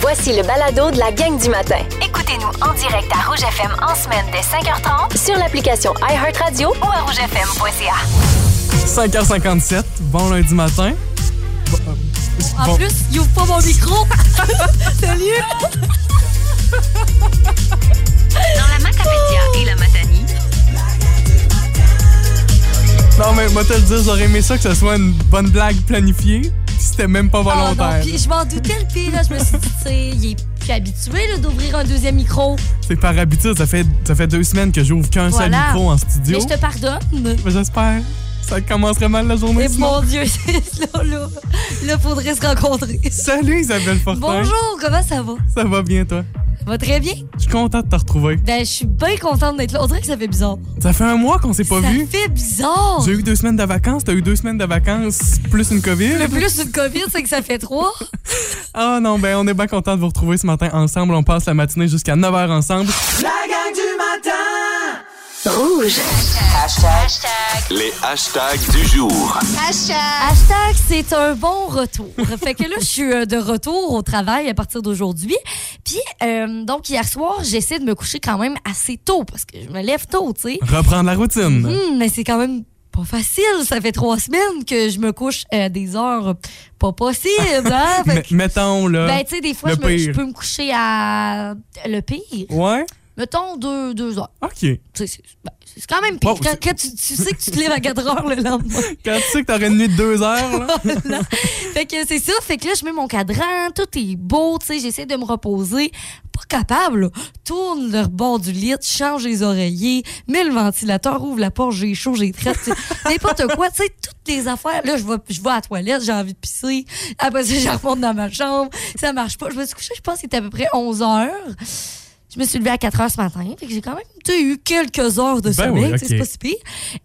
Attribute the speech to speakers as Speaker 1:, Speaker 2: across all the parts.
Speaker 1: Voici le balado de la gang du matin. Écoutez-nous en direct à Rouge FM en semaine dès 5h30 sur l'application iHeartRadio ou à rougefm.ca.
Speaker 2: 5h57, bon lundi matin. Bon, euh,
Speaker 3: En
Speaker 2: bon,
Speaker 3: plus, il ouvre pas mon micro. Sérieux?
Speaker 4: Dans la Macapédia et la Matanie,
Speaker 2: Non, mais moi, te le dire, j'aurais aimé ça que ce soit une bonne blague planifiée, puis c'était même pas
Speaker 3: Oh non,
Speaker 2: volontaire.
Speaker 3: puis je m'en doutais le pire. là. Je me suis dit, tu sais, il est plus habitué là, d'ouvrir un deuxième micro.
Speaker 2: C'est par habitude, ça fait, ça fait deux semaines que j'ouvre qu'un
Speaker 3: Voilà.
Speaker 2: seul micro en studio.
Speaker 3: Mais je te pardonne.
Speaker 2: Mais J'espère. Ça commencerait mal la journée.
Speaker 3: Mais
Speaker 2: sinon.
Speaker 3: mon Dieu, c'est ça, là. Là, faudrait se rencontrer.
Speaker 2: Salut Isabelle Fortin.
Speaker 3: Bonjour, comment ça va?
Speaker 2: Ça va bien, toi?
Speaker 3: Ça va très bien?
Speaker 2: Je suis content de te retrouver.
Speaker 3: Ben, je suis bien contente d'être là. On dirait que ça fait bizarre.
Speaker 2: Ça fait un mois qu'on s'est pas
Speaker 3: ça
Speaker 2: vu.
Speaker 3: fait bizarre.
Speaker 2: J'ai eu deux semaines de vacances, t'as eu deux semaines de vacances plus une COVID.
Speaker 3: Le plus de COVID, c'est que ça fait trois.
Speaker 2: Ah non, ben on est bien content de vous retrouver ce matin ensemble. On passe la matinée jusqu'à 9h ensemble.
Speaker 5: Les hashtags du jour.
Speaker 3: Hashtag, c'est un bon retour. fait que là, je suis euh, de retour au travail à partir d'aujourd'hui. Puis, euh, donc, hier soir, j'essaie de me coucher quand même assez tôt parce que je me lève tôt, tu sais.
Speaker 2: Reprendre la routine.
Speaker 3: Hum, mais c'est quand même pas facile. Ça fait trois semaines que je me couche à des heures pas possibles. Hein? Fait
Speaker 2: Mais-
Speaker 3: que-
Speaker 2: mettons là.
Speaker 3: ben, tu sais, des fois,
Speaker 2: le
Speaker 3: je, me- je
Speaker 2: pire.
Speaker 3: peux me coucher à le pire.
Speaker 2: ouais?
Speaker 3: Mettons deux, deux heures.
Speaker 2: OK.
Speaker 3: Tu sais, C'est ben, c'est quand même pire.
Speaker 2: Wow,
Speaker 3: quand
Speaker 2: c'est-
Speaker 3: quand tu, tu sais que tu te lèves à 4 heures le lendemain.
Speaker 2: Quand tu sais que t'aurais une nuit de deux heures, là.
Speaker 3: Voilà. Oh fait que c'est ça. Fait que là, je mets mon cadran, tout est beau, tu sais, j'essaie de me reposer. Pas capable, là. Tourne le bord du lit, change les oreillers, mets le ventilateur, ouvre la porte, j'ai chaud, j'ai traite. N'importe quoi, tu sais, toutes les affaires. Là, je vais, je vais à la toilette, j'ai envie de pisser. Après ça, je remonte dans ma chambre. Ça marche pas. Je me suis couchée, je pense que c'était à peu près 11 heures. Je me suis levée à 4 heures ce matin. Fait que j'ai quand même tu sais, eu quelques heures de
Speaker 2: Ben
Speaker 3: sommeil.
Speaker 2: oui,
Speaker 3: tu sais, C'est
Speaker 2: ok.
Speaker 3: pas si pire.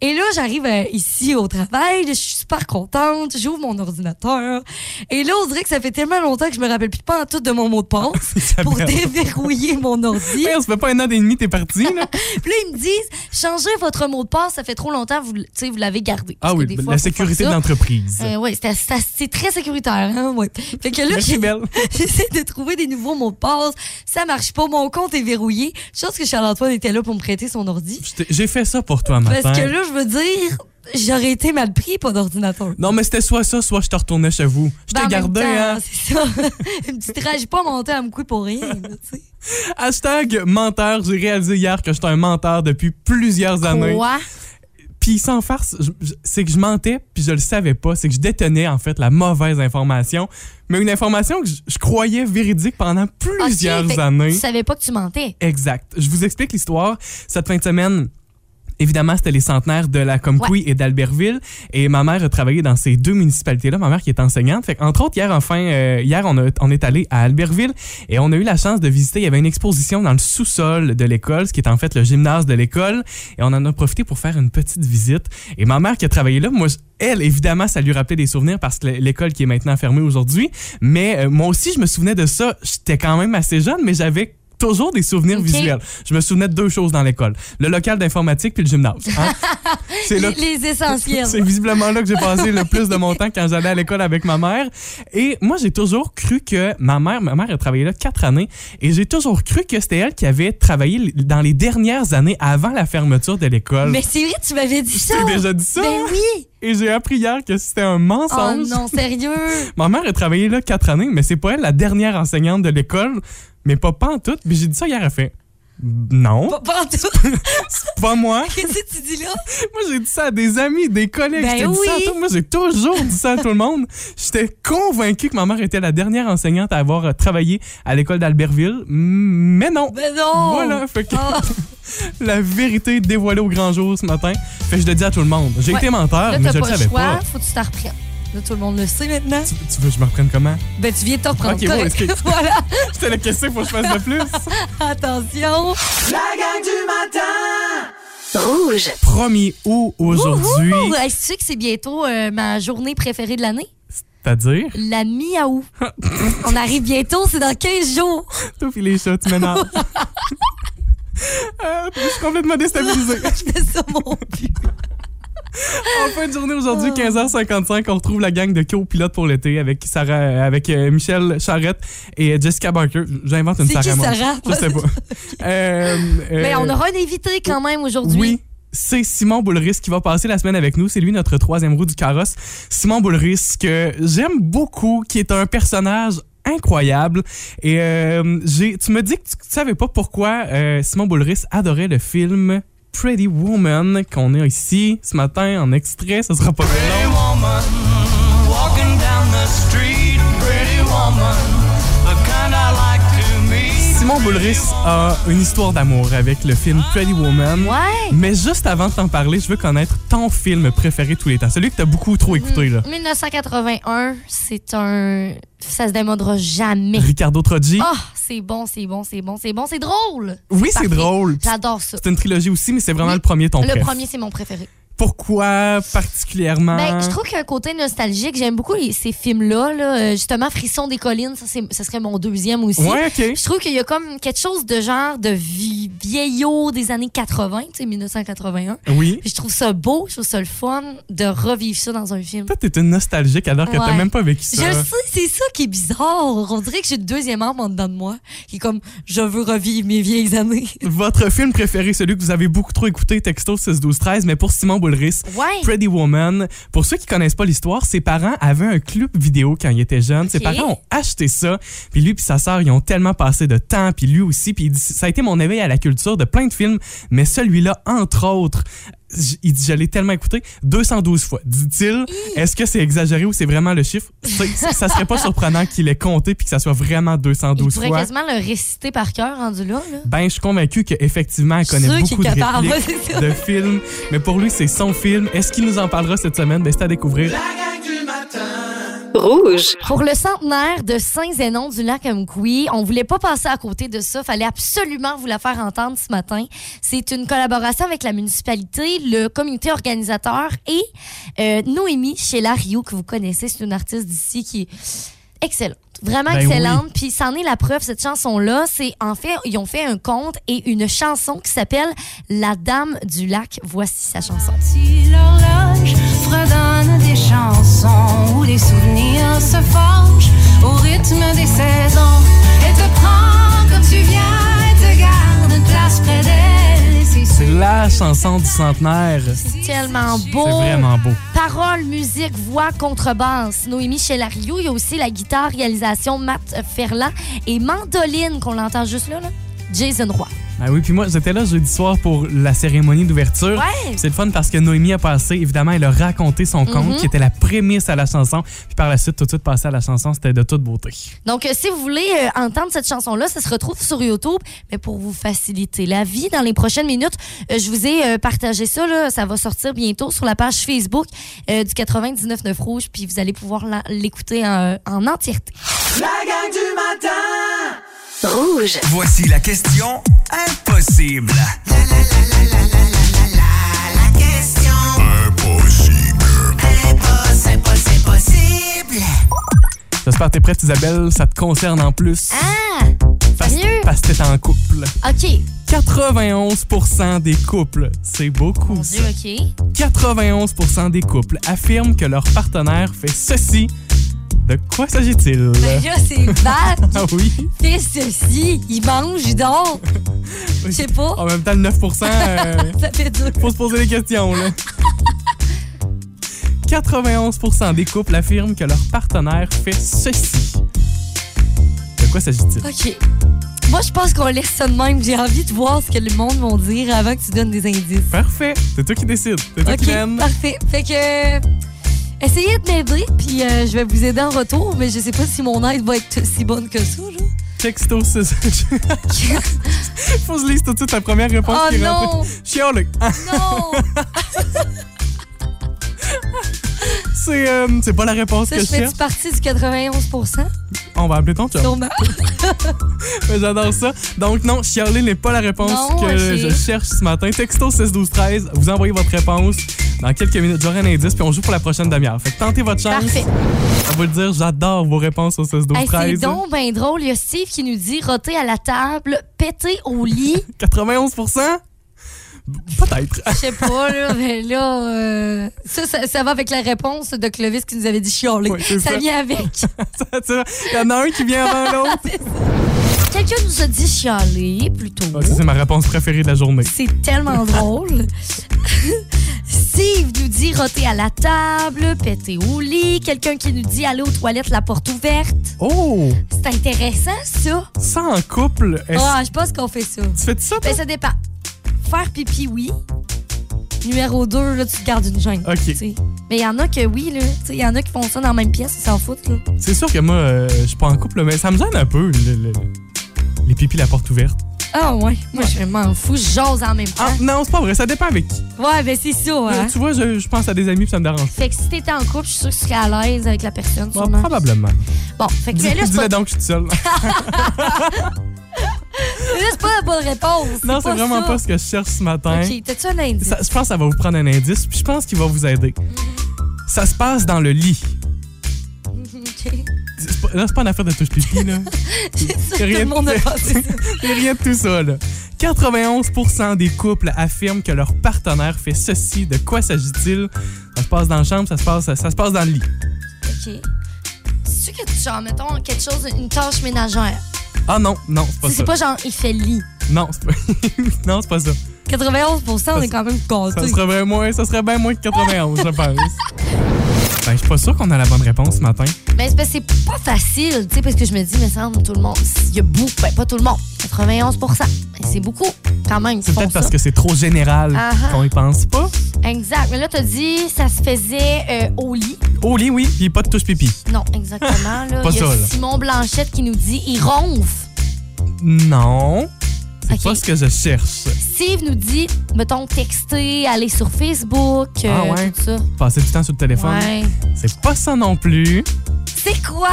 Speaker 3: Et là, j'arrive euh, ici au travail. Je suis super contente. J'ouvre mon ordinateur. Et là, on dirait que ça fait tellement longtemps que je me rappelle plus pas en tout de mon mot de passe pour
Speaker 2: Isabelle.
Speaker 3: déverrouiller mon ordi.
Speaker 2: Hey, ça fait pas un an et demi, t'es parti, là.
Speaker 3: Puis là, ils me disent changez votre mot de passe. Ça fait trop longtemps. Vous, l- tu sais, vous l'avez gardé.
Speaker 2: Ah
Speaker 3: Parce que
Speaker 2: oui,
Speaker 3: des
Speaker 2: ben,
Speaker 3: fois,
Speaker 2: la
Speaker 3: faut faire
Speaker 2: sécurité
Speaker 3: ça.
Speaker 2: de l'entreprise.
Speaker 3: Euh, ouais, c'est- c'est c'est très sécuritaire. Hein, ouais. Fait que là,
Speaker 2: Merci,
Speaker 3: j'ai-
Speaker 2: belle.
Speaker 3: J'essaie de trouver des nouveaux mots de passe. Ça marche pas. Mon compte est verrouillé. Je pense que Charles-Antoine était là pour me prêter son ordi.
Speaker 2: Je t'ai- J'ai fait ça pour toi, matin.
Speaker 3: Parce que là, je veux dire, j'aurais été mal pris, pas d'ordinateur.
Speaker 2: Non, mais c'était soit ça, soit je te retournais chez vous. Je
Speaker 3: Ben, en
Speaker 2: t'ai
Speaker 3: même
Speaker 2: gardé,
Speaker 3: temps,
Speaker 2: hein.
Speaker 3: C'est ça. Une petite rage, j'ai pas monté à me couper pour rien. là, tu sais.
Speaker 2: Hashtag menteur. J'ai réalisé hier que j'étais un menteur depuis plusieurs années.
Speaker 3: Quoi?
Speaker 2: Puis sans farce, je- je- c'est que je mentais, puis je le savais pas. C'est que je détenais, en fait, la mauvaise information. Mais une information que je, je croyais véridique pendant plusieurs
Speaker 3: Ok, fait que
Speaker 2: années.
Speaker 3: Tu savais pas que tu mentais.
Speaker 2: Exact. Je vous explique l'histoire. Cette fin de semaine, évidemment, c'était les centenaires de la Comqui et d'Albertville. Et ma mère a travaillé dans ces deux municipalités-là. Ma mère qui est enseignante. Fait entre autres, hier, enfin, euh, hier, on, a- on est allé à Albertville et on a eu la chance de visiter. Il y avait une exposition dans le sous-sol de l'école, ce qui est en fait le gymnase de l'école. Et on en a profité pour faire une petite visite. Et ma mère qui a travaillé là, moi, je- elle, évidemment, ça lui rappelait des souvenirs parce que l'école qui est maintenant fermée aujourd'hui. Mais euh, moi aussi, je me souvenais de ça. J'étais quand même assez jeune, mais j'avais toujours des souvenirs
Speaker 3: Ok.
Speaker 2: visuels. Je me souvenais de deux choses dans l'école. Le local d'informatique puis le gymnase. hein. C'est là
Speaker 3: Les, les essentiels.
Speaker 2: c'est visiblement là que j'ai passé le plus de mon temps quand j'allais à l'école avec ma mère. Et moi, j'ai toujours cru que ma mère, ma mère a travaillé là quatre années, et j'ai toujours cru que c'était elle qui avait travaillé dans les dernières années avant la fermeture de l'école.
Speaker 3: Mais c'est vrai, tu m'avais dit ça.
Speaker 2: J'ai déjà dit ça.
Speaker 3: Ben oui.
Speaker 2: Et j'ai appris hier que c'était un
Speaker 3: Oh
Speaker 2: mensonge.
Speaker 3: non, sérieux.
Speaker 2: Ma mère a travaillé là quatre années, mais c'est pas elle la dernière enseignante de l'école, mais pas pas en tout. Puis j'ai dit ça hier, elle fait. Non,
Speaker 3: Pas, pas en tout.
Speaker 2: pas moi.
Speaker 3: Qu'est-ce que tu dis là?
Speaker 2: Moi, j'ai dit ça à des amis, des collègues.
Speaker 3: Ben
Speaker 2: J'ai dit ça à
Speaker 3: oui.
Speaker 2: tout- Moi, j'ai toujours dit ça à tout le monde. J'étais convaincu que ma mère était la dernière enseignante à avoir euh, travaillé à l'école d'Albertville, mais non.
Speaker 3: Ben non.
Speaker 2: Voilà, fait que
Speaker 3: Ah.
Speaker 2: la vérité est dévoilée au grand jour ce matin. Fait que je le dis à tout le monde. J'ai
Speaker 3: Ouais.
Speaker 2: été menteur,
Speaker 3: Là,
Speaker 2: Ah, mais
Speaker 3: t'as
Speaker 2: je le
Speaker 3: pas le
Speaker 2: savais
Speaker 3: choix,
Speaker 2: pas.
Speaker 3: faut que tu t'en reprennes. Là, tout le monde le sait maintenant.
Speaker 2: Tu, tu veux que je me reprenne comment?
Speaker 3: Ben, tu viens de t'en reprendre.
Speaker 2: Ok,
Speaker 3: Correct.
Speaker 2: bon, ok.
Speaker 3: voilà,
Speaker 2: C'était la question qu'il faut que je fasse de plus.
Speaker 3: attention.
Speaker 2: Premier août aujourd'hui,
Speaker 3: Ouh, hey, sais-tu que c'est bientôt euh, ma journée préférée de l'année?
Speaker 2: c'est-à-dire,
Speaker 3: La mi-août. On arrive bientôt, c'est dans 15 jours.
Speaker 2: toi pis les chats, tu m'énerves. Euh, je suis complètement déstabilisé.
Speaker 3: C'était ça mon but.
Speaker 2: En fin de journée aujourd'hui, 15h55, on retrouve la gang de co-pilotes pour l'été avec Sarah, euh, avec euh, Michel Charrette et Jessica Barker. J'invente une
Speaker 3: C'est
Speaker 2: Sarah.
Speaker 3: qui,
Speaker 2: moi.
Speaker 3: Sarah?
Speaker 2: Je sais pas. Euh, euh,
Speaker 3: Mais Ben, on aura un invité quand même aujourd'hui.
Speaker 2: Oui. C'est Simon Boulris qui va passer la semaine avec nous. C'est lui notre troisième roue du carrosse. Simon Boulris que j'aime beaucoup, qui est un personnage incroyable. Et euh, j'ai, tu me dis que tu savais pas pourquoi euh, Simon Boulris adorait le film Pretty Woman qu'on a ici ce matin en extrait. Ça sera pas très long.
Speaker 6: woman walking down the street, pretty woman, the kind I like to meet.
Speaker 2: Simon Boulris a une histoire d'amour avec le film Pretty Woman.
Speaker 3: Ouais.
Speaker 2: Mais juste avant de t'en parler, je veux connaître ton film préféré de tous les temps. Celui que t'as beaucoup trop écouté,
Speaker 3: Mm.
Speaker 2: là.
Speaker 3: 1981, c'est un. Ça se démodera jamais.
Speaker 2: Ricardo Troggi.
Speaker 3: Ah, c'est bon, c'est bon, c'est bon, c'est bon, c'est drôle.
Speaker 2: Oui, c'est
Speaker 3: Parfait.
Speaker 2: drôle.
Speaker 3: J'adore ça.
Speaker 2: C'est une trilogie aussi, mais c'est vraiment
Speaker 3: Oui.
Speaker 2: le premier ton
Speaker 3: Le
Speaker 2: préf.
Speaker 3: premier, c'est mon préféré.
Speaker 2: Pourquoi particulièrement?
Speaker 3: Ben, je trouve qu'il y a un côté nostalgique. J'aime beaucoup les- ces films-là. là. Euh, Justement, Frisson des collines, ça, c'est- ça serait mon deuxième aussi.
Speaker 2: Ouais, OK.
Speaker 3: Je trouve qu'il y a comme quelque chose de genre de vie- vieillot des années 80, tu sais, 1981.
Speaker 2: Oui.
Speaker 3: Puis je trouve ça beau, je trouve ça le fun de revivre ça dans un film.
Speaker 2: Toi, t'es une nostalgique alors que t'as
Speaker 3: Ouais.
Speaker 2: même pas vécu ça.
Speaker 3: Je le sais, c'est ça qui est bizarre. On dirait que j'ai le deuxième arme en dedans de moi, qui est comme je veux revivre mes vieilles années.
Speaker 2: Votre film préféré, celui que vous avez beaucoup trop écouté, texto 6-12-13, mais pour Simon Boulris,
Speaker 3: Ouais.
Speaker 2: Pretty Woman. Pour ceux qui connaissent pas l'histoire, ses parents avaient un club vidéo quand il était jeune. Ses
Speaker 3: Ok.
Speaker 2: parents ont acheté ça. Puis lui puis sa sœur, ils ont tellement passé de temps. Puis lui aussi. Puis il dit, ça a été mon éveil à la culture de plein de films. Mais celui-là, entre autres, j- il dit, je l'ai tellement écouté 212 fois. Dit-il, est-ce que c'est exagéré ou c'est vraiment le chiffre? C'est- ça serait pas surprenant qu'il ait compté puis que ça soit vraiment
Speaker 3: Il
Speaker 2: 212
Speaker 3: pourrait
Speaker 2: fois.
Speaker 3: quasiment le réciter par cœur rendu là. là.
Speaker 2: Ben, je suis convaincu qu'effectivement, elle
Speaker 3: Je suis
Speaker 2: connaît
Speaker 3: sûre qu'il
Speaker 2: beaucoup de
Speaker 3: est capable,
Speaker 2: répliques,
Speaker 3: c'est ça.
Speaker 2: de films. Mais pour lui, c'est son film. Est-ce qu'il nous en parlera cette semaine? Ben, c'est à découvrir.
Speaker 3: Pour le centenaire de Saint-Zénon du lac Amqui, on voulait pas passer à côté de ça. Fallait absolument vous la faire entendre ce matin. C'est une collaboration avec la municipalité, le comité organisateur et euh, Noémie Sheila Rio, que vous connaissez. C'est une artiste d'ici qui est excellente. Vraiment
Speaker 2: Ben
Speaker 3: excellente. Puis c'en est la preuve, cette chanson-là. C'est en fait, ils ont fait un conte et une chanson qui s'appelle La Dame du lac. Voici sa chanson.
Speaker 7: Si l'horloge fredonne des chansons où les souvenirs se forgent au rythme des saisons et te prend comme tu viens et te garde une place près d'elle. Et c'est
Speaker 2: C'est
Speaker 7: sûr
Speaker 2: la chanson du centenaire. C'est
Speaker 3: C'est tellement beau.
Speaker 2: vraiment beau.
Speaker 3: Paroles, musique, voix, contrebasse. Noémie Chelario, il y a aussi la guitare, réalisation Matt Ferland et mandoline qu'on l'entend juste là, là. Jason Roy.
Speaker 2: Ben oui, puis moi, j'étais là jeudi soir pour la cérémonie d'ouverture.
Speaker 3: Ouais.
Speaker 2: C'est le fun parce que Noémie a passé, évidemment, elle a raconté son conte
Speaker 3: Mm-hmm.
Speaker 2: qui était la prémisse à la chanson. Puis par la suite, tout de suite passé à la chanson, c'était de toute beauté.
Speaker 3: Donc, euh, si vous voulez euh, entendre cette chanson-là, ça se retrouve sur YouTube. Mais pour vous faciliter la vie, dans les prochaines minutes, euh, je vous ai euh, partagé ça. Là. Ça va sortir bientôt sur la page Facebook euh, du 99.9 Rouge. Puis vous allez pouvoir la- l'écouter en- en entièreté.
Speaker 8: Voici la question impossible.
Speaker 2: J'espère que t'es prête, Isabelle. Ça te concerne en plus.
Speaker 3: Ah!
Speaker 2: parce,
Speaker 3: sérieux?
Speaker 2: parce que t'es en couple.
Speaker 3: Ah! OK.
Speaker 2: 91 des couples. C'est beaucoup,
Speaker 3: Mon
Speaker 2: ça.
Speaker 3: Dieu, OK.
Speaker 2: 91 des couples affirment que leur partenaire fait ceci. De quoi s'agit-il?
Speaker 3: Ben là, c'est vague.
Speaker 2: Ah oui.
Speaker 3: fait ceci, il mange, il dort. Je sais pas.
Speaker 2: En même temps, le 9 euh,
Speaker 3: Ça fait dur.
Speaker 2: faut se poser des questions, là. 91 des couples affirment que leur partenaire fait ceci. De quoi s'agit-il?
Speaker 3: OK. Moi, je pense qu'on laisse ça de même. J'ai envie de voir ce que le monde vont dire avant que tu donnes des indices.
Speaker 2: Parfait. C'est toi qui décides. C'est toi
Speaker 3: OK,
Speaker 2: qui mène.
Speaker 3: parfait. Fait que... Essayez de m'aider, puis euh, je vais vous aider en retour, mais je sais pas si mon aide va être si bonne que ça. Là.
Speaker 2: Texto 6. faut que je lise tout de suite la première réponse
Speaker 3: Oh
Speaker 2: qui est rentrée.
Speaker 3: non!
Speaker 2: Chialé. Ah,
Speaker 3: Non!
Speaker 2: C'est euh, c'est pas la réponse
Speaker 3: Ça,
Speaker 2: que
Speaker 3: je
Speaker 2: je cherche.
Speaker 3: fais-tu partie du 91
Speaker 2: On va appeler ton chum.
Speaker 3: sûrement?
Speaker 2: Mais J'adore ça. Donc non, chialer n'est pas la réponse
Speaker 3: Non,
Speaker 2: que
Speaker 3: ok.
Speaker 2: je cherche ce matin. Texto 16 12 13, vous envoyez votre réponse. Dans quelques minutes, j'aurai un indice puis on joue pour la prochaine demi-heure. Fait que tentez votre chance.
Speaker 3: Parfait.
Speaker 2: On va le dire, j'adore vos réponses au 16 12
Speaker 3: Hey, c'est
Speaker 2: 13.
Speaker 3: donc ben drôle. Il y a Steve qui nous dit roter à la table, péter au lit.
Speaker 2: 91 Peut-être.
Speaker 3: Je sais pas, là, mais là, euh, ça, ça, ça va avec la réponse de Clovis qui nous avait dit chialer.
Speaker 2: Ouais, c'est
Speaker 3: ça,
Speaker 2: ça.
Speaker 3: vient avec.
Speaker 2: Ça, tu vois, Il y en a un qui vient avant l'autre.
Speaker 3: Quelqu'un nous a dit chialer plutôt.
Speaker 2: Ah, ça, c'est ma réponse préférée de la journée.
Speaker 3: C'est tellement drôle. Steve nous dit roter à la table, péter au lit. Quelqu'un qui nous dit aller aux toilettes, la porte ouverte.
Speaker 2: Oh!
Speaker 3: C'est intéressant, ça.
Speaker 2: Ça en couple, est-ce
Speaker 3: Ah, je pense qu'on fait ça.
Speaker 2: tu fais ça, toi?
Speaker 3: Ben, ça dépend. Faire pipi, oui. Numéro 2, là, tu te gardes une gêne.
Speaker 2: Ok.
Speaker 3: tu sais. Mais il y en a que oui, là. Tu sais, Il y en a qui font ça dans la même pièce, ils s'en foutent, là.
Speaker 2: C'est sûr que moi, euh, je suis pas en couple, mais ça me gêne un peu, le- le- les pipis la porte ouverte.
Speaker 3: Ah, ouais. Moi, je m'en fous, je jase en même temps.
Speaker 2: Ah, non, c'est pas vrai, ça dépend avec qui.
Speaker 3: Ouais, ben, c'est ça, hein.
Speaker 2: Tu vois, je, je pense à des amis, puis ça me dérange.
Speaker 3: Fait que si t'étais en couple, je suis sûre que tu serais à l'aise avec la personne,
Speaker 2: Bon,
Speaker 3: sûrement.
Speaker 2: probablement.
Speaker 3: Bon, fait que mais là,
Speaker 2: Dis-le
Speaker 3: c'est pas,
Speaker 2: donc, je suis toute seule.
Speaker 3: mais là, c'est pas la bonne réponse.
Speaker 2: non, c'est vraiment
Speaker 3: ça.
Speaker 2: pas ce que je cherche ce matin.
Speaker 3: Ok, t'as-tu un indice?
Speaker 2: Ça- je pense que ça va vous prendre un indice, puis je pense qu'il va vous aider. Ça se passe dans le lit.
Speaker 3: Ok.
Speaker 2: C'est pas- Là, c'est pas une affaire de touche pipi, là.
Speaker 3: Tout
Speaker 2: Rien
Speaker 3: le
Speaker 2: de-
Speaker 3: monde a pensé ça.
Speaker 2: Il y a rien de tout ça, là. 91 des couples affirment que leur partenaire fait ceci. De quoi s'agit-il? Ça se passe dans la chambre, ça se passe, ça se passe dans le lit.
Speaker 3: Ok. C'est-tu que, genre, mettons, quelque chose, une tâche ménagère?
Speaker 2: Ah non, non, c'est pas
Speaker 3: Tu sais,
Speaker 2: ça.
Speaker 3: c'est pas genre, il fait le lit.
Speaker 2: Non, c'est pas... non, c'est pas ça.
Speaker 3: 91 on est quand même
Speaker 2: Ça
Speaker 3: gâtés.
Speaker 2: serait bien moins, ça serait bien moins que 91, je pense. Ben, je suis pas sûr qu'on a la bonne réponse ce matin.
Speaker 3: Mais c'est parce que c'est pas facile, tu sais, parce que je me dis, mais ça semble tout le monde. Il y a beaucoup, ben, pas tout le monde, 91 Mais Ben, C'est beaucoup, quand même.
Speaker 2: C'est peut-être parce que c'est trop général
Speaker 3: Ah-ha.
Speaker 2: qu'on y pense pas.
Speaker 3: Exact. Mais là, t'as dit, ça se faisait euh, au lit.
Speaker 2: Au lit, oui, puis pas de touche pipi.
Speaker 3: Non, exactement. Là.
Speaker 2: Pas
Speaker 3: Il y a
Speaker 2: ça, là.
Speaker 3: Simon Blanchette qui nous dit, il ronfle.
Speaker 2: Non. C'est
Speaker 3: Ok.
Speaker 2: pas ce que je cherche.
Speaker 3: Steve nous dit, mettons, texter, aller sur Facebook, euh,
Speaker 2: Ah ouais?
Speaker 3: tout ça.
Speaker 2: Passer du temps sur le téléphone.
Speaker 3: Ouais.
Speaker 2: C'est pas ça non plus.
Speaker 3: C'est quoi?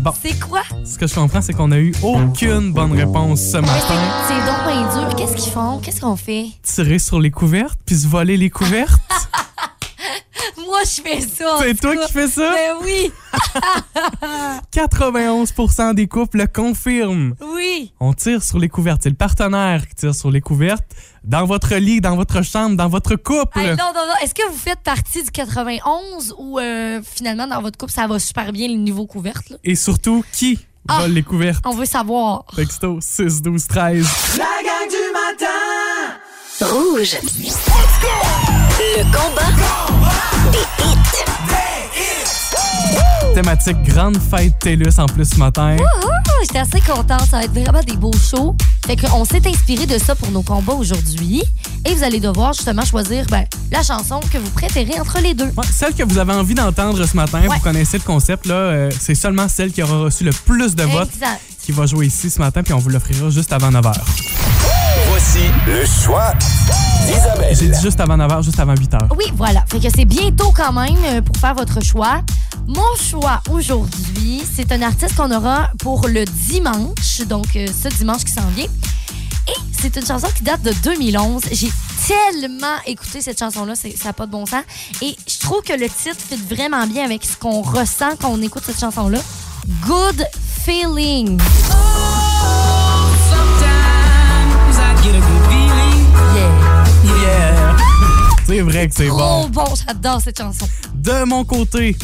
Speaker 2: Bon.
Speaker 3: C'est quoi?
Speaker 2: Ce que je comprends, c'est qu'on a eu aucune bonne réponse ce
Speaker 3: Mais
Speaker 2: matin.
Speaker 3: Ben, C'est c'est donc bien dur. Qu'est-ce qu'ils font? Qu'est-ce qu'on fait?
Speaker 2: Tirer sur les couvertes, puis se voler les couvertes.
Speaker 3: Moi, je fais Oh, ça. en
Speaker 2: c'est
Speaker 3: tout
Speaker 2: toi
Speaker 3: cas.
Speaker 2: qui fais ça?
Speaker 3: Ben oui,
Speaker 2: 91 des couples le confirment.
Speaker 3: oui.
Speaker 2: On tire sur les couvertes. C'est le partenaire qui tire sur les couvertes. Dans votre lit, dans votre chambre, dans votre couple.
Speaker 3: Hey, non, non, non. Est-ce que vous faites partie du 91 ou euh, finalement dans votre couple ça va super bien le niveau couverte? là?
Speaker 2: Et surtout, qui
Speaker 3: Ah.
Speaker 2: vole les couvertes?
Speaker 3: On veut savoir.
Speaker 2: Texto 6 12 13.
Speaker 1: Rouge. Le combat.
Speaker 2: Thématique grande fête TELUS en plus ce matin.
Speaker 3: Ah, J'étais assez contente. Ça va être vraiment des beaux shows. Fait qu'on s'est inspiré de ça pour nos combats aujourd'hui. Et vous allez devoir justement choisir ben, la chanson que vous préférez entre les deux.
Speaker 2: Ouais, celle que vous avez envie d'entendre ce matin,
Speaker 3: Ouais.
Speaker 2: vous connaissez le concept là, euh, c'est seulement celle qui aura reçu le plus de votes
Speaker 3: Exact.
Speaker 2: qui va jouer ici ce matin puis on vous l'offrira juste avant 9h.
Speaker 5: Voici le choix
Speaker 2: J'ai
Speaker 5: d'Isabelle.
Speaker 2: dit juste avant 9h, juste avant 8h.
Speaker 3: Oui, voilà. Fait que c'est bientôt quand même euh, pour faire votre choix. Mon choix aujourd'hui, c'est un artiste qu'on aura pour le dimanche, donc euh, ce dimanche qui s'en vient. Et c'est une chanson qui date de 2011. J'ai tellement écouté cette chanson-là, c'est- ça n'a pas de bon sens. Et je trouve que le titre fit vraiment bien avec ce qu'on ressent quand on écoute cette chanson-là. Good Feeling.
Speaker 6: Sometimes I get a good feeling.
Speaker 3: Yeah.
Speaker 2: C'est vrai que c'est
Speaker 3: Oh
Speaker 2: bon.
Speaker 3: bon, j'adore cette chanson.
Speaker 2: De mon côté,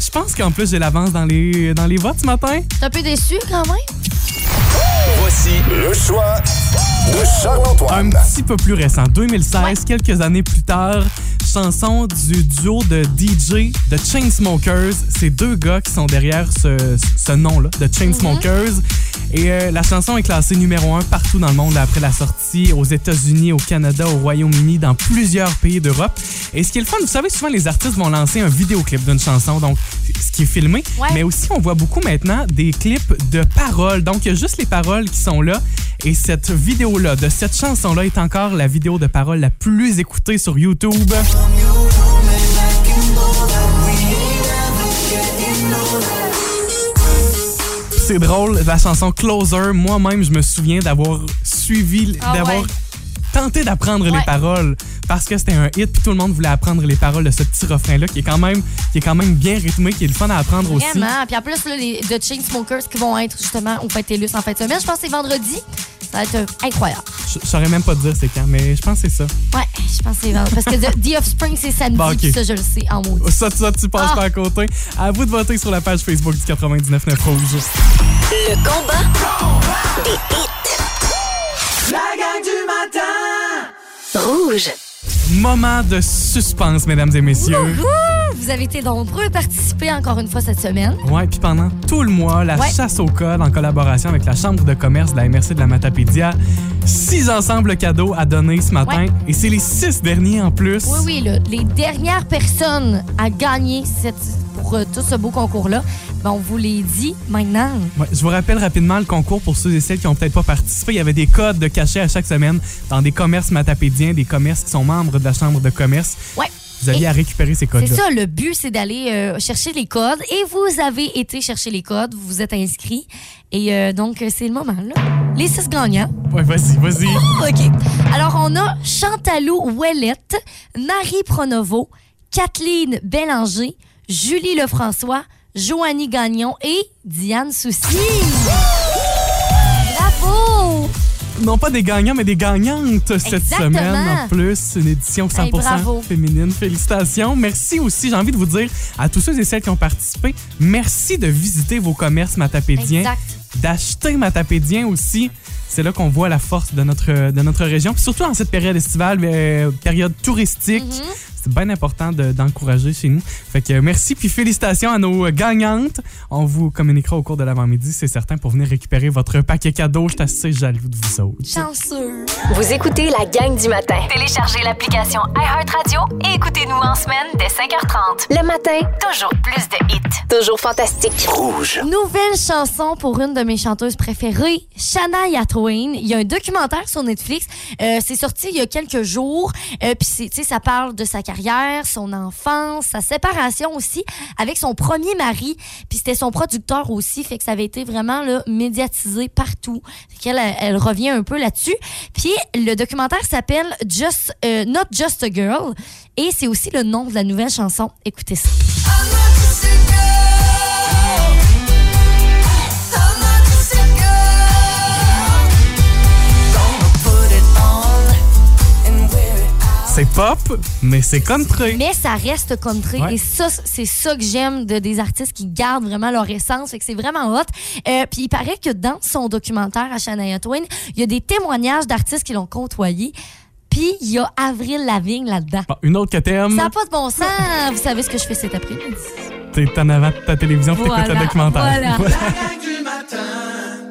Speaker 2: je pense qu'en plus j'ai l'avance dans les dans les votes ce matin.
Speaker 3: T'es un peu déçu quand même?
Speaker 5: Voici le choix de
Speaker 2: Un
Speaker 5: Charles-Antoine.
Speaker 2: petit peu plus récent, 2016, quelques années plus tard, chanson du duo de DJ de Chainsmokers. Ces deux gars qui sont derrière ce, ce nom-là, de Chainsmokers. Et euh, la chanson est classée numéro un partout dans le monde après la sortie, aux États-Unis, au Canada, au Royaume-Uni, dans plusieurs pays d'Europe. Et ce qui est le fun, vous savez, souvent les artistes vont lancer un vidéoclip d'une chanson, donc ce qui est filmé.
Speaker 3: Ouais.
Speaker 2: Mais aussi, on voit beaucoup maintenant des clips de paroles. Donc, il y a juste les paroles qui sont là. Et cette vidéo-là, de cette chanson-là, est encore la vidéo de paroles la plus écoutée sur YouTube. C'est drôle, la chanson Closer, moi-même, je me souviens d'avoir suivi,
Speaker 3: Ah
Speaker 2: d'avoir
Speaker 3: ouais.
Speaker 2: tenté d'apprendre les
Speaker 3: Ouais.
Speaker 2: paroles parce que c'était un hit, puis tout le monde voulait apprendre les paroles de ce petit refrain-là qui est quand même, qui est quand même bien rythmé, qui est le fun à apprendre aussi.
Speaker 3: Vraiment. Puis en plus, là, les The Chainsmokers qui vont être justement au Fête TELUS en fin de semaine. Je pense que c'est vendredi. Ça va être euh, incroyable.
Speaker 2: Je je saurais même pas te dire c'est quand, mais je pense que c'est ça.
Speaker 3: Ouais, je pense que c'est vendredi. Parce que The, The Offspring, c'est samedi,
Speaker 2: Bon, ok.
Speaker 3: puis ça, je le sais en maudit.
Speaker 2: Ça, ça tu passes
Speaker 3: Ah.
Speaker 2: par à côté. À vous de voter sur la page Facebook du 99.9 Rouge.
Speaker 1: Le combat des
Speaker 9: La gang du matin!
Speaker 1: Rouge.
Speaker 2: Moment de suspense, mesdames et
Speaker 3: Oh,
Speaker 2: messieurs.
Speaker 3: Wouhou! Vous avez été nombreux à participer encore une fois cette semaine.
Speaker 2: Ouais, puis pendant tout le mois, la
Speaker 3: Ouais.
Speaker 2: chasse au code en collaboration avec la Chambre de commerce de la MRC de la Matapédia, six ensembles cadeaux à donner ce matin.
Speaker 3: Ouais.
Speaker 2: Et c'est les six derniers en plus.
Speaker 3: Oui, oui, là, les dernières personnes à gagner cette, pour euh, tout ce beau concours-là, ben, on vous les dit maintenant.
Speaker 2: Ouais, je vous rappelle rapidement le concours pour ceux et celles qui ont peut-être pas participé. Il y avait des codes de cachet à chaque semaine dans des commerces matapédiens, des commerces qui sont membres de la Chambre de commerce.
Speaker 3: Ouais.
Speaker 2: Vous aviez
Speaker 3: Et-
Speaker 2: à récupérer ces codes-là.
Speaker 3: C'est ça, le but, c'est d'aller euh, chercher les codes. Et vous avez été chercher les codes, vous vous êtes inscrits. Et euh, donc, euh, c'est le moment, là. Les six gagnants.
Speaker 2: Ouais, vas-y, vas-y.
Speaker 3: OK. Alors, on a Chantalou Ouellette, Marie Pronovo, Kathleen Bélanger, Julie Lefrançois, Joannie Gagnon et Diane Soucy. Bravo!
Speaker 2: Non pas des gagnants, mais des gagnantes cette
Speaker 3: Exactement.
Speaker 2: semaine en plus. Une édition 100%
Speaker 3: Hey, bravo.
Speaker 2: féminine. Félicitations. Merci aussi, j'ai envie de vous dire à tous ceux et celles qui ont participé, merci de visiter vos commerces matapédiens.
Speaker 3: Exact.
Speaker 2: d'acheter Matapédien aussi. C'est là qu'on voit la force de notre, de notre région. Puis surtout en cette période estivale, euh, période touristique.
Speaker 3: Mhm.
Speaker 2: C'est bien important de- d'encourager chez nous. Fait que euh, merci puis félicitations à nos euh, gagnantes. On vous communiquera au cours de l'avant-midi, c'est certain, pour venir récupérer votre paquet cadeau. Je suis assez jaloux de vous autres.
Speaker 3: Chanceux.
Speaker 1: Vous écoutez la gang du matin.
Speaker 4: Téléchargez l'application iHeartRadio et écoutez-nous en semaine dès 5h30.
Speaker 1: Le matin,
Speaker 4: Toujours plus de hits.
Speaker 1: toujours fantastique.
Speaker 3: Nouvelle chanson pour une de mes chanteuses préférées, Shania Twain. Il y a un documentaire sur Netflix. Euh, c'est sorti il y a quelques jours. Euh, Puis, c'est- tu sais, ça parle de sa carrière, son enfance, sa séparation aussi avec son premier mari. Puis, c'était son producteur aussi. Fait que ça avait été vraiment là, médiatisé partout. Fait qu'elle, elle, elle revient un peu là-dessus. Puis, le documentaire s'appelle Just, euh, Not Just a Girl. Et c'est aussi le nom de la nouvelle chanson. Écoutez ça.
Speaker 2: C'est pop, mais c'est country.
Speaker 3: Mais ça reste country.
Speaker 2: Ouais.
Speaker 3: Et ça, c'est ça que j'aime de, des artistes qui gardent vraiment leur essence. Fait que c'est vraiment hot. Euh, Puis il paraît que dans son documentaire à Shania Twain, il y a des témoignages d'artistes qui l'ont côtoyé. Puis il y a Avril Lavigne là-dedans.
Speaker 2: Bon, une autre que t'aimes,
Speaker 3: Ça n'a pas de bon sens. Vous savez ce que je fais cet après-midi.
Speaker 2: t'es en avant de ta télévision, puis t'écoutes le documentaire.
Speaker 3: voilà.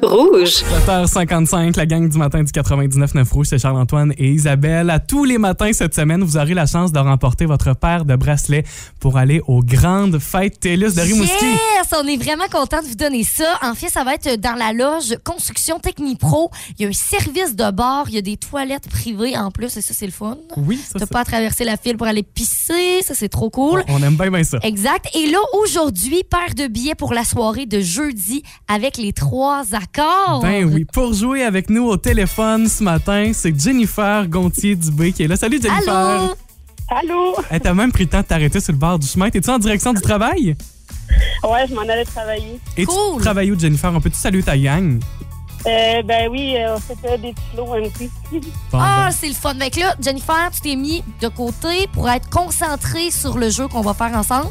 Speaker 1: Rouge.
Speaker 2: 7h55, la gang du matin du 99.9 Rouge, c'est Charles-Antoine et Isabelle. À tous les matins cette semaine, vous aurez la chance de remporter votre paire de bracelets pour aller aux grandes fêtes TELUS de Rimouski.
Speaker 3: Yes! On est vraiment content de vous donner ça. En fait, ça va être dans la loge Construction Technipro. Il y a un service de bar, il y a des toilettes privées en plus, et ça, c'est le fun.
Speaker 2: Oui, ça,
Speaker 3: T'as
Speaker 2: ça-
Speaker 3: pas à traverser la file pour aller pisser, ça c'est trop cool.
Speaker 2: on aime bien bien ça.
Speaker 3: Exact. Et là, aujourd'hui, paire de billets pour la soirée de jeudi avec les trois accords.
Speaker 2: Ben oui, pour jouer avec nous au téléphone ce matin, c'est Jennifer Gontier-Dubé qui est là. Salut Jennifer!
Speaker 3: Allô?
Speaker 10: Allô?
Speaker 2: Elle t'a même pris le temps de t'arrêter sur le bord du chemin. T'es-tu en direction du travail?
Speaker 10: Ouais, je m'en allais travailler.
Speaker 2: Et
Speaker 3: Cool.
Speaker 2: tu travailles où Jennifer? On peut-tu saluer ta gang?
Speaker 10: Euh, ben oui, euh, on s'était des petits lots MP.
Speaker 2: Bon,
Speaker 3: Ah,
Speaker 2: ben,
Speaker 3: c'est le fun. Mec, là, Jennifer, tu t'es mis de côté pour être concentrée sur le jeu qu'on va faire ensemble.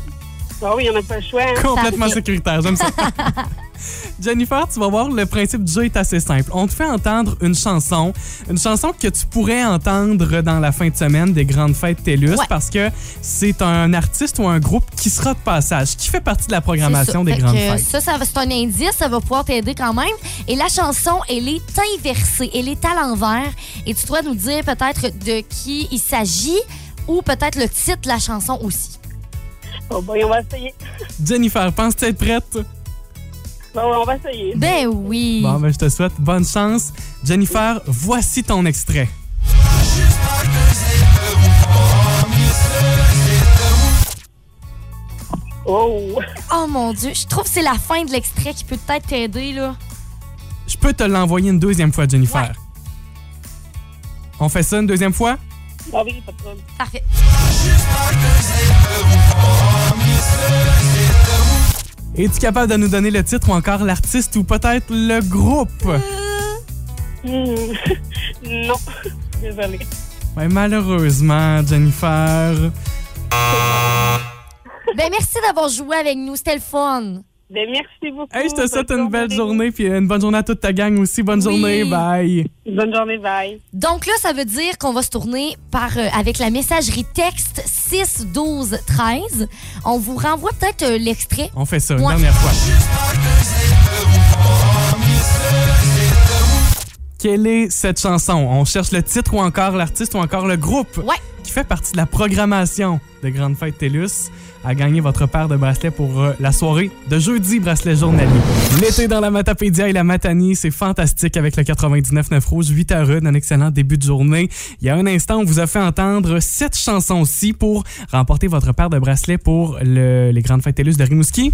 Speaker 10: Ah oui, on n'a pas le choix. Hein?
Speaker 2: Complètement
Speaker 3: Parfait.
Speaker 2: sécuritaire, j'aime ça. Jennifer, tu vas voir, le principe du jeu est assez simple. On te fait entendre une chanson, une chanson que tu pourrais entendre dans la fin de semaine des grandes fêtes TELUS
Speaker 3: Ouais.
Speaker 2: parce que c'est un artiste ou un groupe qui sera de passage, qui fait partie de la
Speaker 3: C'est ça.
Speaker 2: programmation des
Speaker 3: Fait
Speaker 2: grandes
Speaker 3: que
Speaker 2: fêtes.
Speaker 3: Ça, ça va- c'est un indice, ça va pouvoir t'aider quand même. Et la chanson, elle est inversée, elle est à l'envers. Et tu dois nous dire peut-être de qui il s'agit ou peut-être le titre de la chanson aussi.
Speaker 10: Bon, ben, on va essayer.
Speaker 2: Jennifer, penses-tu être prête?
Speaker 10: Bon, ouais, on va essayer.
Speaker 3: Ben oui.
Speaker 2: Bon, ben, je te souhaite bonne chance. Jennifer, voici ton extrait.
Speaker 10: Oh!
Speaker 3: Oh mon Dieu, je trouve que c'est la fin de l'extrait qui peut peut-être t'aider, là.
Speaker 2: Je peux te l'envoyer une deuxième fois, Jennifer.
Speaker 3: Ouais.
Speaker 2: On fait ça une deuxième fois?
Speaker 10: Ah oui, pas de problème.
Speaker 3: Parfait. Euh.
Speaker 2: Es-tu capable de nous donner le titre ou encore l'artiste ou peut-être le groupe?
Speaker 10: Hmm, non, désolée.
Speaker 2: Ouais, malheureusement, Jennifer.
Speaker 3: Ben, merci d'avoir joué avec nous. C'était le fun.
Speaker 10: Ben, merci beaucoup.
Speaker 2: Hey, je
Speaker 3: Oh,
Speaker 2: te
Speaker 3: ben,
Speaker 2: souhaite une belle journée, puis une bonne journée à toute ta gang aussi. Bonne
Speaker 3: Oui.
Speaker 2: journée, bye.
Speaker 10: Bonne journée, bye.
Speaker 3: Donc là, ça veut dire qu'on va se tourner par, euh, avec la messagerie texte 6 12 13. On vous renvoie peut-être euh, l'extrait.
Speaker 2: On fait ça une
Speaker 3: Ouais.
Speaker 2: dernière fois. Quelle est cette chanson? On cherche le titre ou encore l'artiste ou encore le groupe qui fait partie de la programmation de Grande Fête TELUS à gagner votre paire de bracelets pour euh, la soirée de jeudi, bracelet journalier. L'été dans la Matapédia et la Matanie, c'est fantastique avec le 99.9 Rouge, 8 à Rude, un excellent début de journée. Il y a un instant, on vous a fait entendre cette chanson aussi pour remporter votre paire de bracelets pour le- les Grandes Fêtes TELUS de Rimouski.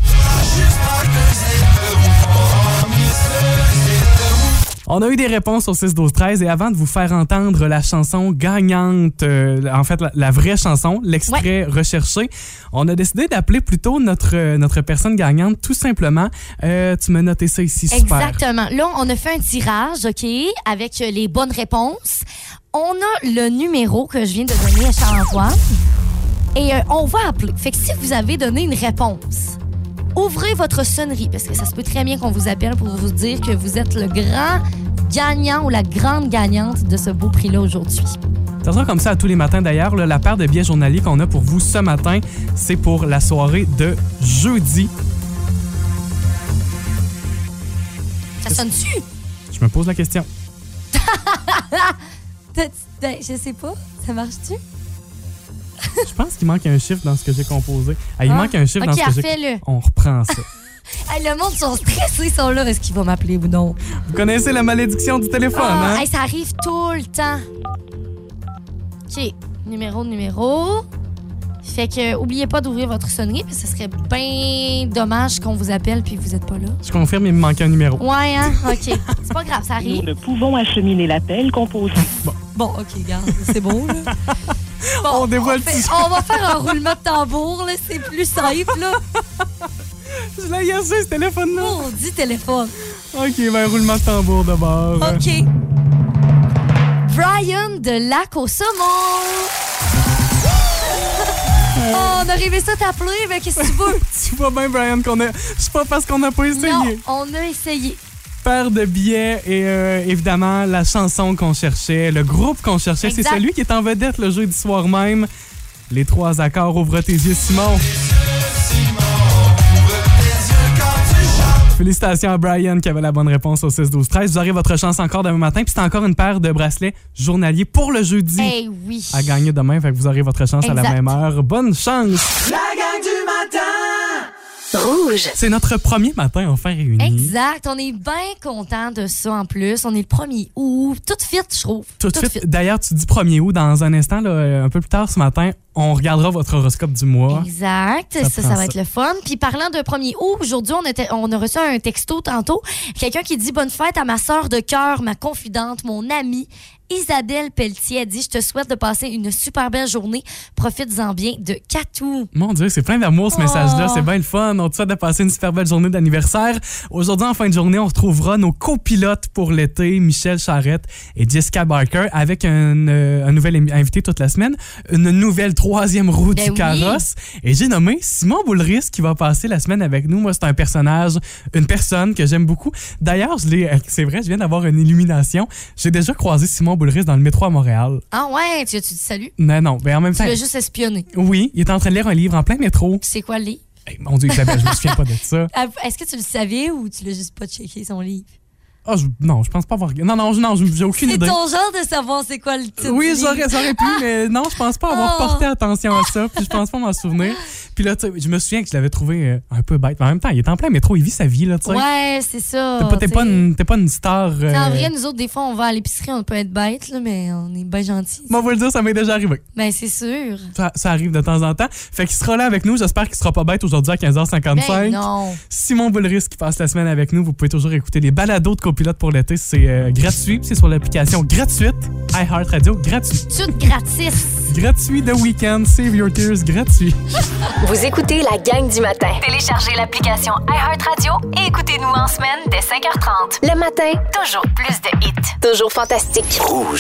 Speaker 2: On a eu des réponses au 6-12-13 et avant de vous faire entendre la chanson gagnante, euh, en fait la, la vraie chanson, l'extrait recherché, on a décidé d'appeler plutôt notre, euh, notre personne gagnante tout simplement. Euh, tu m'as noté ça ici, super.
Speaker 3: Exactement. Là, on a fait un tirage, OK, avec euh, les bonnes réponses. On a le numéro que je viens de donner à Charles-Antoine. Et euh, on va appeler. Fait que si vous avez donné une réponse, ouvrez votre sonnerie, parce que ça se peut très bien qu'on vous appelle pour vous dire que vous êtes le grand gagnant ou la grande gagnante de ce beau prix-là aujourd'hui.
Speaker 2: Ça sera comme ça à tous les matins d'ailleurs. là, La paire de billets journaliers qu'on a pour vous ce matin, c'est pour la soirée de jeudi.
Speaker 3: Ça sonne-tu?
Speaker 2: Je me pose la question.
Speaker 3: T'as- t'as- Ben, Je sais pas, ça marche-tu?
Speaker 2: Je pense qu'il manque un chiffre dans ce que j'ai composé. Ah, il
Speaker 3: Ah.
Speaker 2: manque un chiffre dans
Speaker 3: Ok,
Speaker 2: ce que j'ai...
Speaker 3: refais-le.
Speaker 2: On reprend ça.
Speaker 3: Hey, le monde sont stressés, ils sont là. Est-ce qu'il va m'appeler ou non?
Speaker 2: vous connaissez la malédiction du téléphone,
Speaker 3: Ah,
Speaker 2: hein?
Speaker 3: hey, ça arrive tout le temps. OK. Numéro, numéro. Fait que, euh, oubliez pas d'ouvrir votre sonnerie, parce que ce serait bien dommage qu'on vous appelle puis vous êtes pas là.
Speaker 2: Je confirme, il me manquait un numéro.
Speaker 3: Ouais, hein? OK. C'est pas grave, ça arrive.
Speaker 2: pouvons acheminer l'appel composé. Bon.
Speaker 3: Bon, OK, garde. C'est bon, là. Bon,
Speaker 2: on dévoile
Speaker 3: fait- on va faire un roulement de tambour, là. C'est plus simple, là.
Speaker 2: Je l'ai assez, ce téléphone-là.
Speaker 3: On dit téléphone.
Speaker 2: OK, ben roulement de tambour d'abord.
Speaker 3: OK. Brian de Lac au Saumon. Oh, on a rêvé ça t'appeler, mais qu'est-ce que tu veux?
Speaker 2: tu vois bien, Brian, qu'on a... C'est pas parce qu'on n'a pas essayé.
Speaker 3: Non, on a essayé.
Speaker 2: Paire de billets et euh, évidemment la chanson qu'on cherchait, le groupe qu'on cherchait, c'est
Speaker 3: Exact.
Speaker 2: celui qui est en vedette le jeudi soir même. Les trois accords, ouvre tes yeux, Simon. Félicitations à Brian qui avait la bonne réponse au 6-12-13. Vous aurez votre chance encore demain matin. Puis c'est encore une paire de bracelets journaliers pour le jeudi
Speaker 9: Eh oui.
Speaker 2: à gagner demain. Fait que vous aurez votre chance à la
Speaker 9: Exact.
Speaker 2: même heure. Bonne chance!
Speaker 9: La gang du matin.
Speaker 2: Rouge! C'est notre premier matin enfin réunis.
Speaker 3: Exact, on est bien content de ça en plus. On est le premier août, tout de suite, je trouve.
Speaker 2: Tout de suite. D'ailleurs, tu dis 1er août. Dans un instant, là, euh, un peu plus tard ce matin, on regardera votre horoscope du mois.
Speaker 3: Exact,
Speaker 2: Ça
Speaker 3: ça, ça,
Speaker 2: prend
Speaker 3: va
Speaker 2: ça.
Speaker 3: être le fun. Puis parlant de premier août, aujourd'hui, on, était- on a reçu un texto tantôt. Quelqu'un qui dit Bonne fête à ma sœur de cœur, ma confidente, mon amie. Isabelle Pelletier a dit Je te souhaite de passer une super belle journée. Profites-en bien de Catou.
Speaker 2: Mon Dieu, c'est plein d'amour ce
Speaker 3: Oh.
Speaker 2: message-là. C'est bien le fun. On te souhaite de passer une super belle journée d'anniversaire. Aujourd'hui, en fin de journée, on retrouvera nos copilotes pour l'été, Michel Charrette et Jessica Barker, avec un, euh, un nouvel émi- invité toute la semaine, une nouvelle troisième roue
Speaker 11: Ben
Speaker 2: du
Speaker 11: oui.
Speaker 2: carrosse. Et j'ai nommé Simon Boulris qui va passer la semaine avec nous. Moi, c'est un personnage, une personne que j'aime beaucoup. D'ailleurs, je l'ai- euh, c'est vrai, je viens d'avoir une illumination. J'ai déjà croisé Simon Boulris dans le métro à Montréal.
Speaker 3: Ah ouais, tu, tu dis salut.
Speaker 2: Non, non, mais en même
Speaker 3: Tu
Speaker 2: temps.
Speaker 3: l'as juste espionné.
Speaker 2: Oui, il est en train de lire un livre en plein métro.
Speaker 3: C'est quoi le livre?
Speaker 2: Hey, mon Dieu, Isabelle, je me souviens pas de ça.
Speaker 3: Ah, Est-ce que tu le savais ou tu l'as juste pas checké son livre?
Speaker 2: Ah, je- non, je pense pas avoir. Non, non, je- non, je- j'ai aucune
Speaker 3: C'est
Speaker 2: idée.
Speaker 3: ton genre de savoir c'est quoi le titre.
Speaker 2: Oui,
Speaker 3: du
Speaker 2: j'aurais,
Speaker 3: livre.
Speaker 2: j'aurais pu, mais non, je pense pas avoir
Speaker 3: Oh.
Speaker 2: porté attention à ça, puis je pense pas m'en souvenir. Puis là, tu sais, je me souviens que je l'avais trouvé euh, un peu bête, mais en même temps, il est en plein métro, il vit sa vie, là, tu sais.
Speaker 3: Ouais, c'est ça.
Speaker 2: T'es pas, t'es
Speaker 3: t'sais.
Speaker 2: pas une, t'es pas une star. euh,
Speaker 3: En vrai, nous autres, des fois, on va à l'épicerie, on peut être bête, là, mais on est bien gentils.
Speaker 2: Moi, vous le dire, ça m'est déjà arrivé.
Speaker 3: Ben, c'est sûr.
Speaker 2: Ça, ça arrive de temps en temps. Fait qu'il sera là avec nous. J'espère qu'il sera pas bête aujourd'hui à 15h55.
Speaker 3: Ben non.
Speaker 2: Simon Boulris qui passe la semaine avec nous. Vous pouvez toujours écouter les balados de copilotes pour l'été. C'est euh, gratuit. C'est sur l'application gratuite iHeartRadio gratuit.
Speaker 3: Tout gratis.
Speaker 2: gratuit de week-end. Save your tears gratuit.
Speaker 1: Vous écoutez la gang du matin.
Speaker 4: Téléchargez l'application iHeartRadio et écoutez-nous en semaine dès 5h30.
Speaker 1: Le matin,
Speaker 4: Toujours plus de hits.
Speaker 1: toujours fantastique.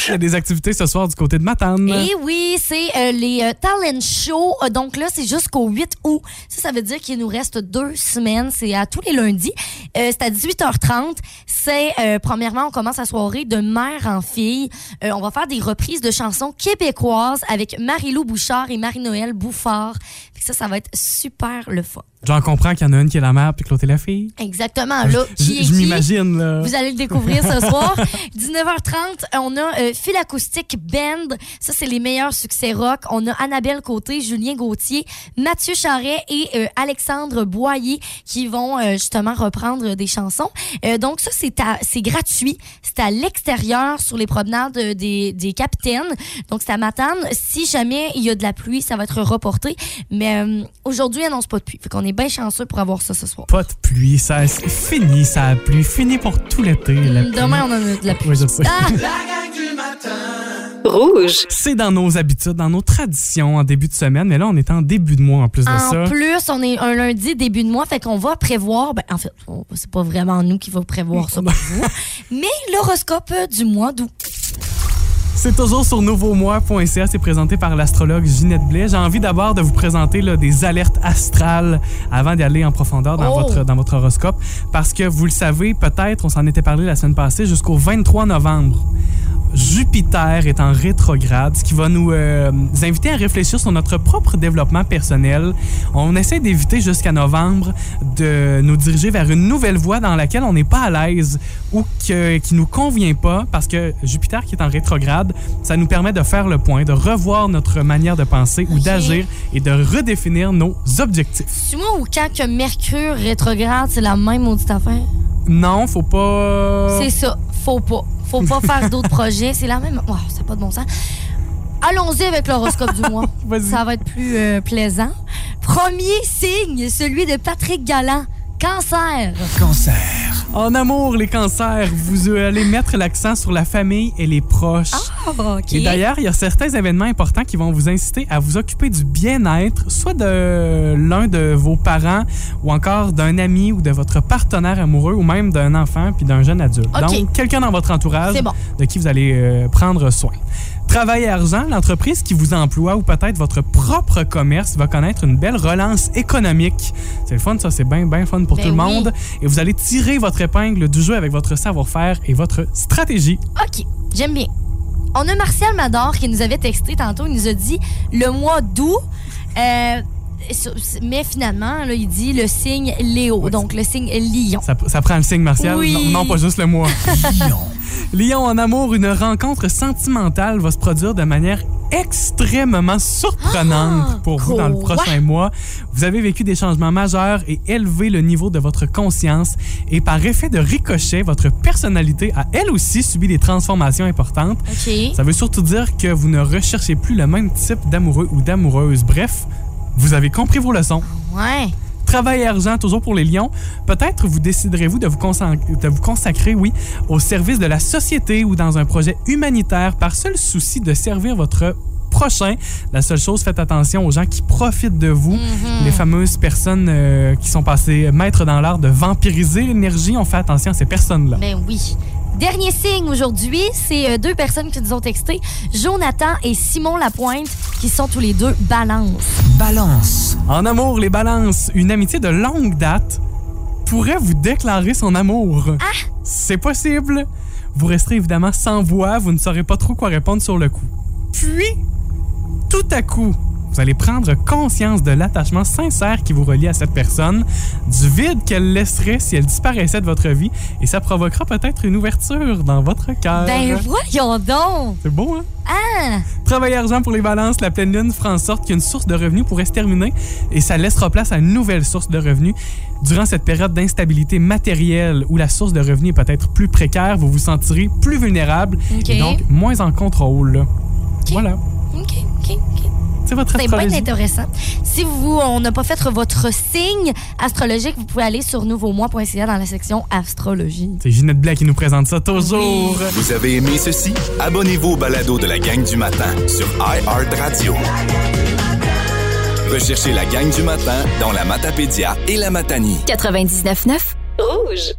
Speaker 2: Il y a des activités ce soir du côté de Matane.
Speaker 3: Et Eh oui, c'est euh, les euh, talent show. Euh, donc là, c'est jusqu'au 8 août. Ça, ça veut dire qu'il nous reste deux semaines. C'est à tous les lundis. Euh, c'est à 18h30. C'est euh, premièrement, on commence la soirée de mère en fille. Euh, on va faire des reprises de chansons québécoises avec Marie-Lou Bouchard et Marie-Noël Bouffard. Fait que Ça, ça va être super le fun.
Speaker 2: J'en comprends qu'il y en a une qui est la mère puis que l'autre est la fille.
Speaker 3: Exactement. Là,
Speaker 2: Ah, Je-
Speaker 3: qui est
Speaker 2: je
Speaker 3: qui?
Speaker 2: m'imagine, là.
Speaker 3: Vous allez le découvrir ce soir. 19h30, on a euh, Phil Acoustic Band. Ça, c'est les meilleurs succès rock. On a Annabelle Côté, Julien Gauthier, Mathieu Charret et euh, Alexandre Boyer qui vont euh, justement reprendre des chansons. Euh, donc, ça, c'est à- c'est gratuit. C'est à l'extérieur sur les promenades euh, des, des capitaines. Donc, c'est à Matane. Si jamais il y a de la pluie, ça va être reporté. Mais euh, aujourd'hui, il annonce pas de pluie. Fait qu'on est bien chanceux pour avoir ça ce soir.
Speaker 2: Pas de pluie, ça c'est fini, ça a plu, fini pour tout l'été. la pluie.
Speaker 3: Demain, on a de la pluie.
Speaker 2: Oui, je sais.
Speaker 3: Ah!
Speaker 1: Rouge.
Speaker 2: C'est dans nos habitudes, dans nos traditions en début de semaine, mais là, on est en début de mois en plus de
Speaker 3: En
Speaker 2: ça.
Speaker 3: plus, on est un lundi début de mois, fait qu'on va prévoir. Ben, en fait, on- c'est pas vraiment nous qui va prévoir ça pour vous, mais l'horoscope euh, du mois d'août.
Speaker 2: C'est toujours sur nouveaumois.ca, c'est présenté par l'astrologue Ginette Blais. J'ai envie d'abord de vous présenter là, des alertes astrales avant d'aller en profondeur dans,
Speaker 3: Oh!
Speaker 2: votre, dans votre horoscope, parce que vous le savez, peut-être, on s'en était parlé la semaine passée, jusqu'au 23 novembre. Jupiter est en rétrograde, ce qui va nous, euh, nous inviter à réfléchir sur notre propre développement personnel. On essaie d'éviter jusqu'à novembre de nous diriger vers une nouvelle voie dans laquelle on n'est pas à l'aise ou que- qui nous convient pas parce que Jupiter qui est en rétrograde, ça nous permet de faire le point, de revoir notre manière de penser ou
Speaker 3: Ok.
Speaker 2: d'agir et de redéfinir nos objectifs.
Speaker 3: Tu moi ou quand que Mercure rétrograde, c'est la même maudite affaire?
Speaker 2: Non, faut pas...
Speaker 3: C'est ça. Faut pas. Faut pas faire d'autres projets. C'est la même. Wow, ça n'a pas de bon sens. Allons-y avec l'horoscope du mois.
Speaker 2: Vas-y.
Speaker 3: Ça va être plus euh, plaisant. Premier signe, celui de Patrick Galland. Cancer.
Speaker 8: Cancer.
Speaker 2: En amour, les cancers, vous allez mettre l'accent sur la famille et les proches.
Speaker 3: Ah, OK.
Speaker 2: Et d'ailleurs, il y a certains événements importants qui vont vous inciter à vous occuper du bien-être, soit de l'un de vos parents, ou encore d'un ami ou de votre partenaire amoureux, ou même d'un enfant puis d'un jeune adulte.
Speaker 3: Ok.
Speaker 2: Donc, quelqu'un dans votre entourage
Speaker 3: C'est bon.
Speaker 2: de qui vous allez euh, prendre soin. Travail et argent, l'entreprise qui vous emploie ou peut-être votre propre commerce va connaître une belle relance économique. C'est le fun, ça, c'est bien, bien fun pour
Speaker 3: Ben
Speaker 2: tout le
Speaker 3: oui.
Speaker 2: monde. Et vous allez tirer votre épingle du jeu avec votre savoir-faire et votre stratégie.
Speaker 3: OK, j'aime bien. On a Martial Mador qui nous avait texté tantôt. Il nous a dit le mois d'août. euh, sur- mais finalement, là, il dit le signe Léo, donc le signe Lion.
Speaker 2: Ça, ça prend le signe martial,
Speaker 3: Oui.
Speaker 2: non, non pas juste le mois.
Speaker 8: Lion.
Speaker 2: Lyon en amour, une rencontre sentimentale va se produire de manière extrêmement surprenante
Speaker 3: Ah!
Speaker 2: pour vous dans le
Speaker 3: Quoi?
Speaker 2: prochain mois. Vous avez vécu des changements majeurs et élevé le niveau de votre conscience et par effet de ricochet, votre personnalité a elle aussi subi des transformations importantes.
Speaker 3: OK.
Speaker 2: Ça veut surtout dire que vous ne recherchez plus le même type d'amoureux ou d'amoureuse. Bref, vous avez compris vos leçons.
Speaker 3: Ouais.
Speaker 2: Travail et argent, toujours pour les lions. Peut-être vous déciderez-vous de, vous consan- de vous consacrer, oui, au service de la société ou dans un projet humanitaire par seul souci de servir votre prochain. La seule chose, faites attention aux gens qui profitent de vous.
Speaker 3: Mm. Mhm.
Speaker 2: Les fameuses personnes euh, qui sont passées maîtres dans l'art de vampiriser l'énergie, on fait attention à ces personnes-là.
Speaker 3: Ben oui. Dernier signe aujourd'hui, c'est euh, deux personnes qui nous ont texté, Jonathan et Simon Lapointe, qui sont tous les deux balance.
Speaker 8: Balance.
Speaker 2: En amour, les balances, une amitié de longue date pourrait vous déclarer son amour. C'est possible. Vous resterez évidemment sans voix, vous ne saurez pas trop quoi répondre sur le coup. Puis, tout à coup, vous allez prendre conscience de l'attachement sincère qui vous relie à cette personne, du vide qu'elle laisserait si elle disparaissait de votre vie, et ça provoquera peut-être une ouverture dans votre cœur.
Speaker 3: Ben voyons donc!
Speaker 2: C'est beau, hein?
Speaker 3: Ah!
Speaker 2: Travailler argent pour les balances, la pleine lune fera en sorte qu'une source de revenus pourrait se terminer et ça laissera place à une nouvelle source de revenus. Durant cette période d'instabilité matérielle où la source de revenus est peut-être plus précaire, vous vous sentirez plus vulnérable
Speaker 3: OK.
Speaker 2: et donc moins en contrôle. Voilà.
Speaker 3: OK, OK, OK.
Speaker 2: C'est votre
Speaker 3: C'est bien
Speaker 2: astrologie.
Speaker 3: intéressant. Si vous, on n'a pas fait votre signe astrologique, vous pouvez aller sur nouveaumois.ca dans la section astrologie.
Speaker 2: C'est Ginette Blais qui nous présente ça toujours.
Speaker 5: Vous avez aimé ceci? Abonnez-vous au balado de la gang du matin sur iHeartRadio. Recherchez la gang du matin dans la Matapédia et la Matanie.
Speaker 4: 99.9 Rouge.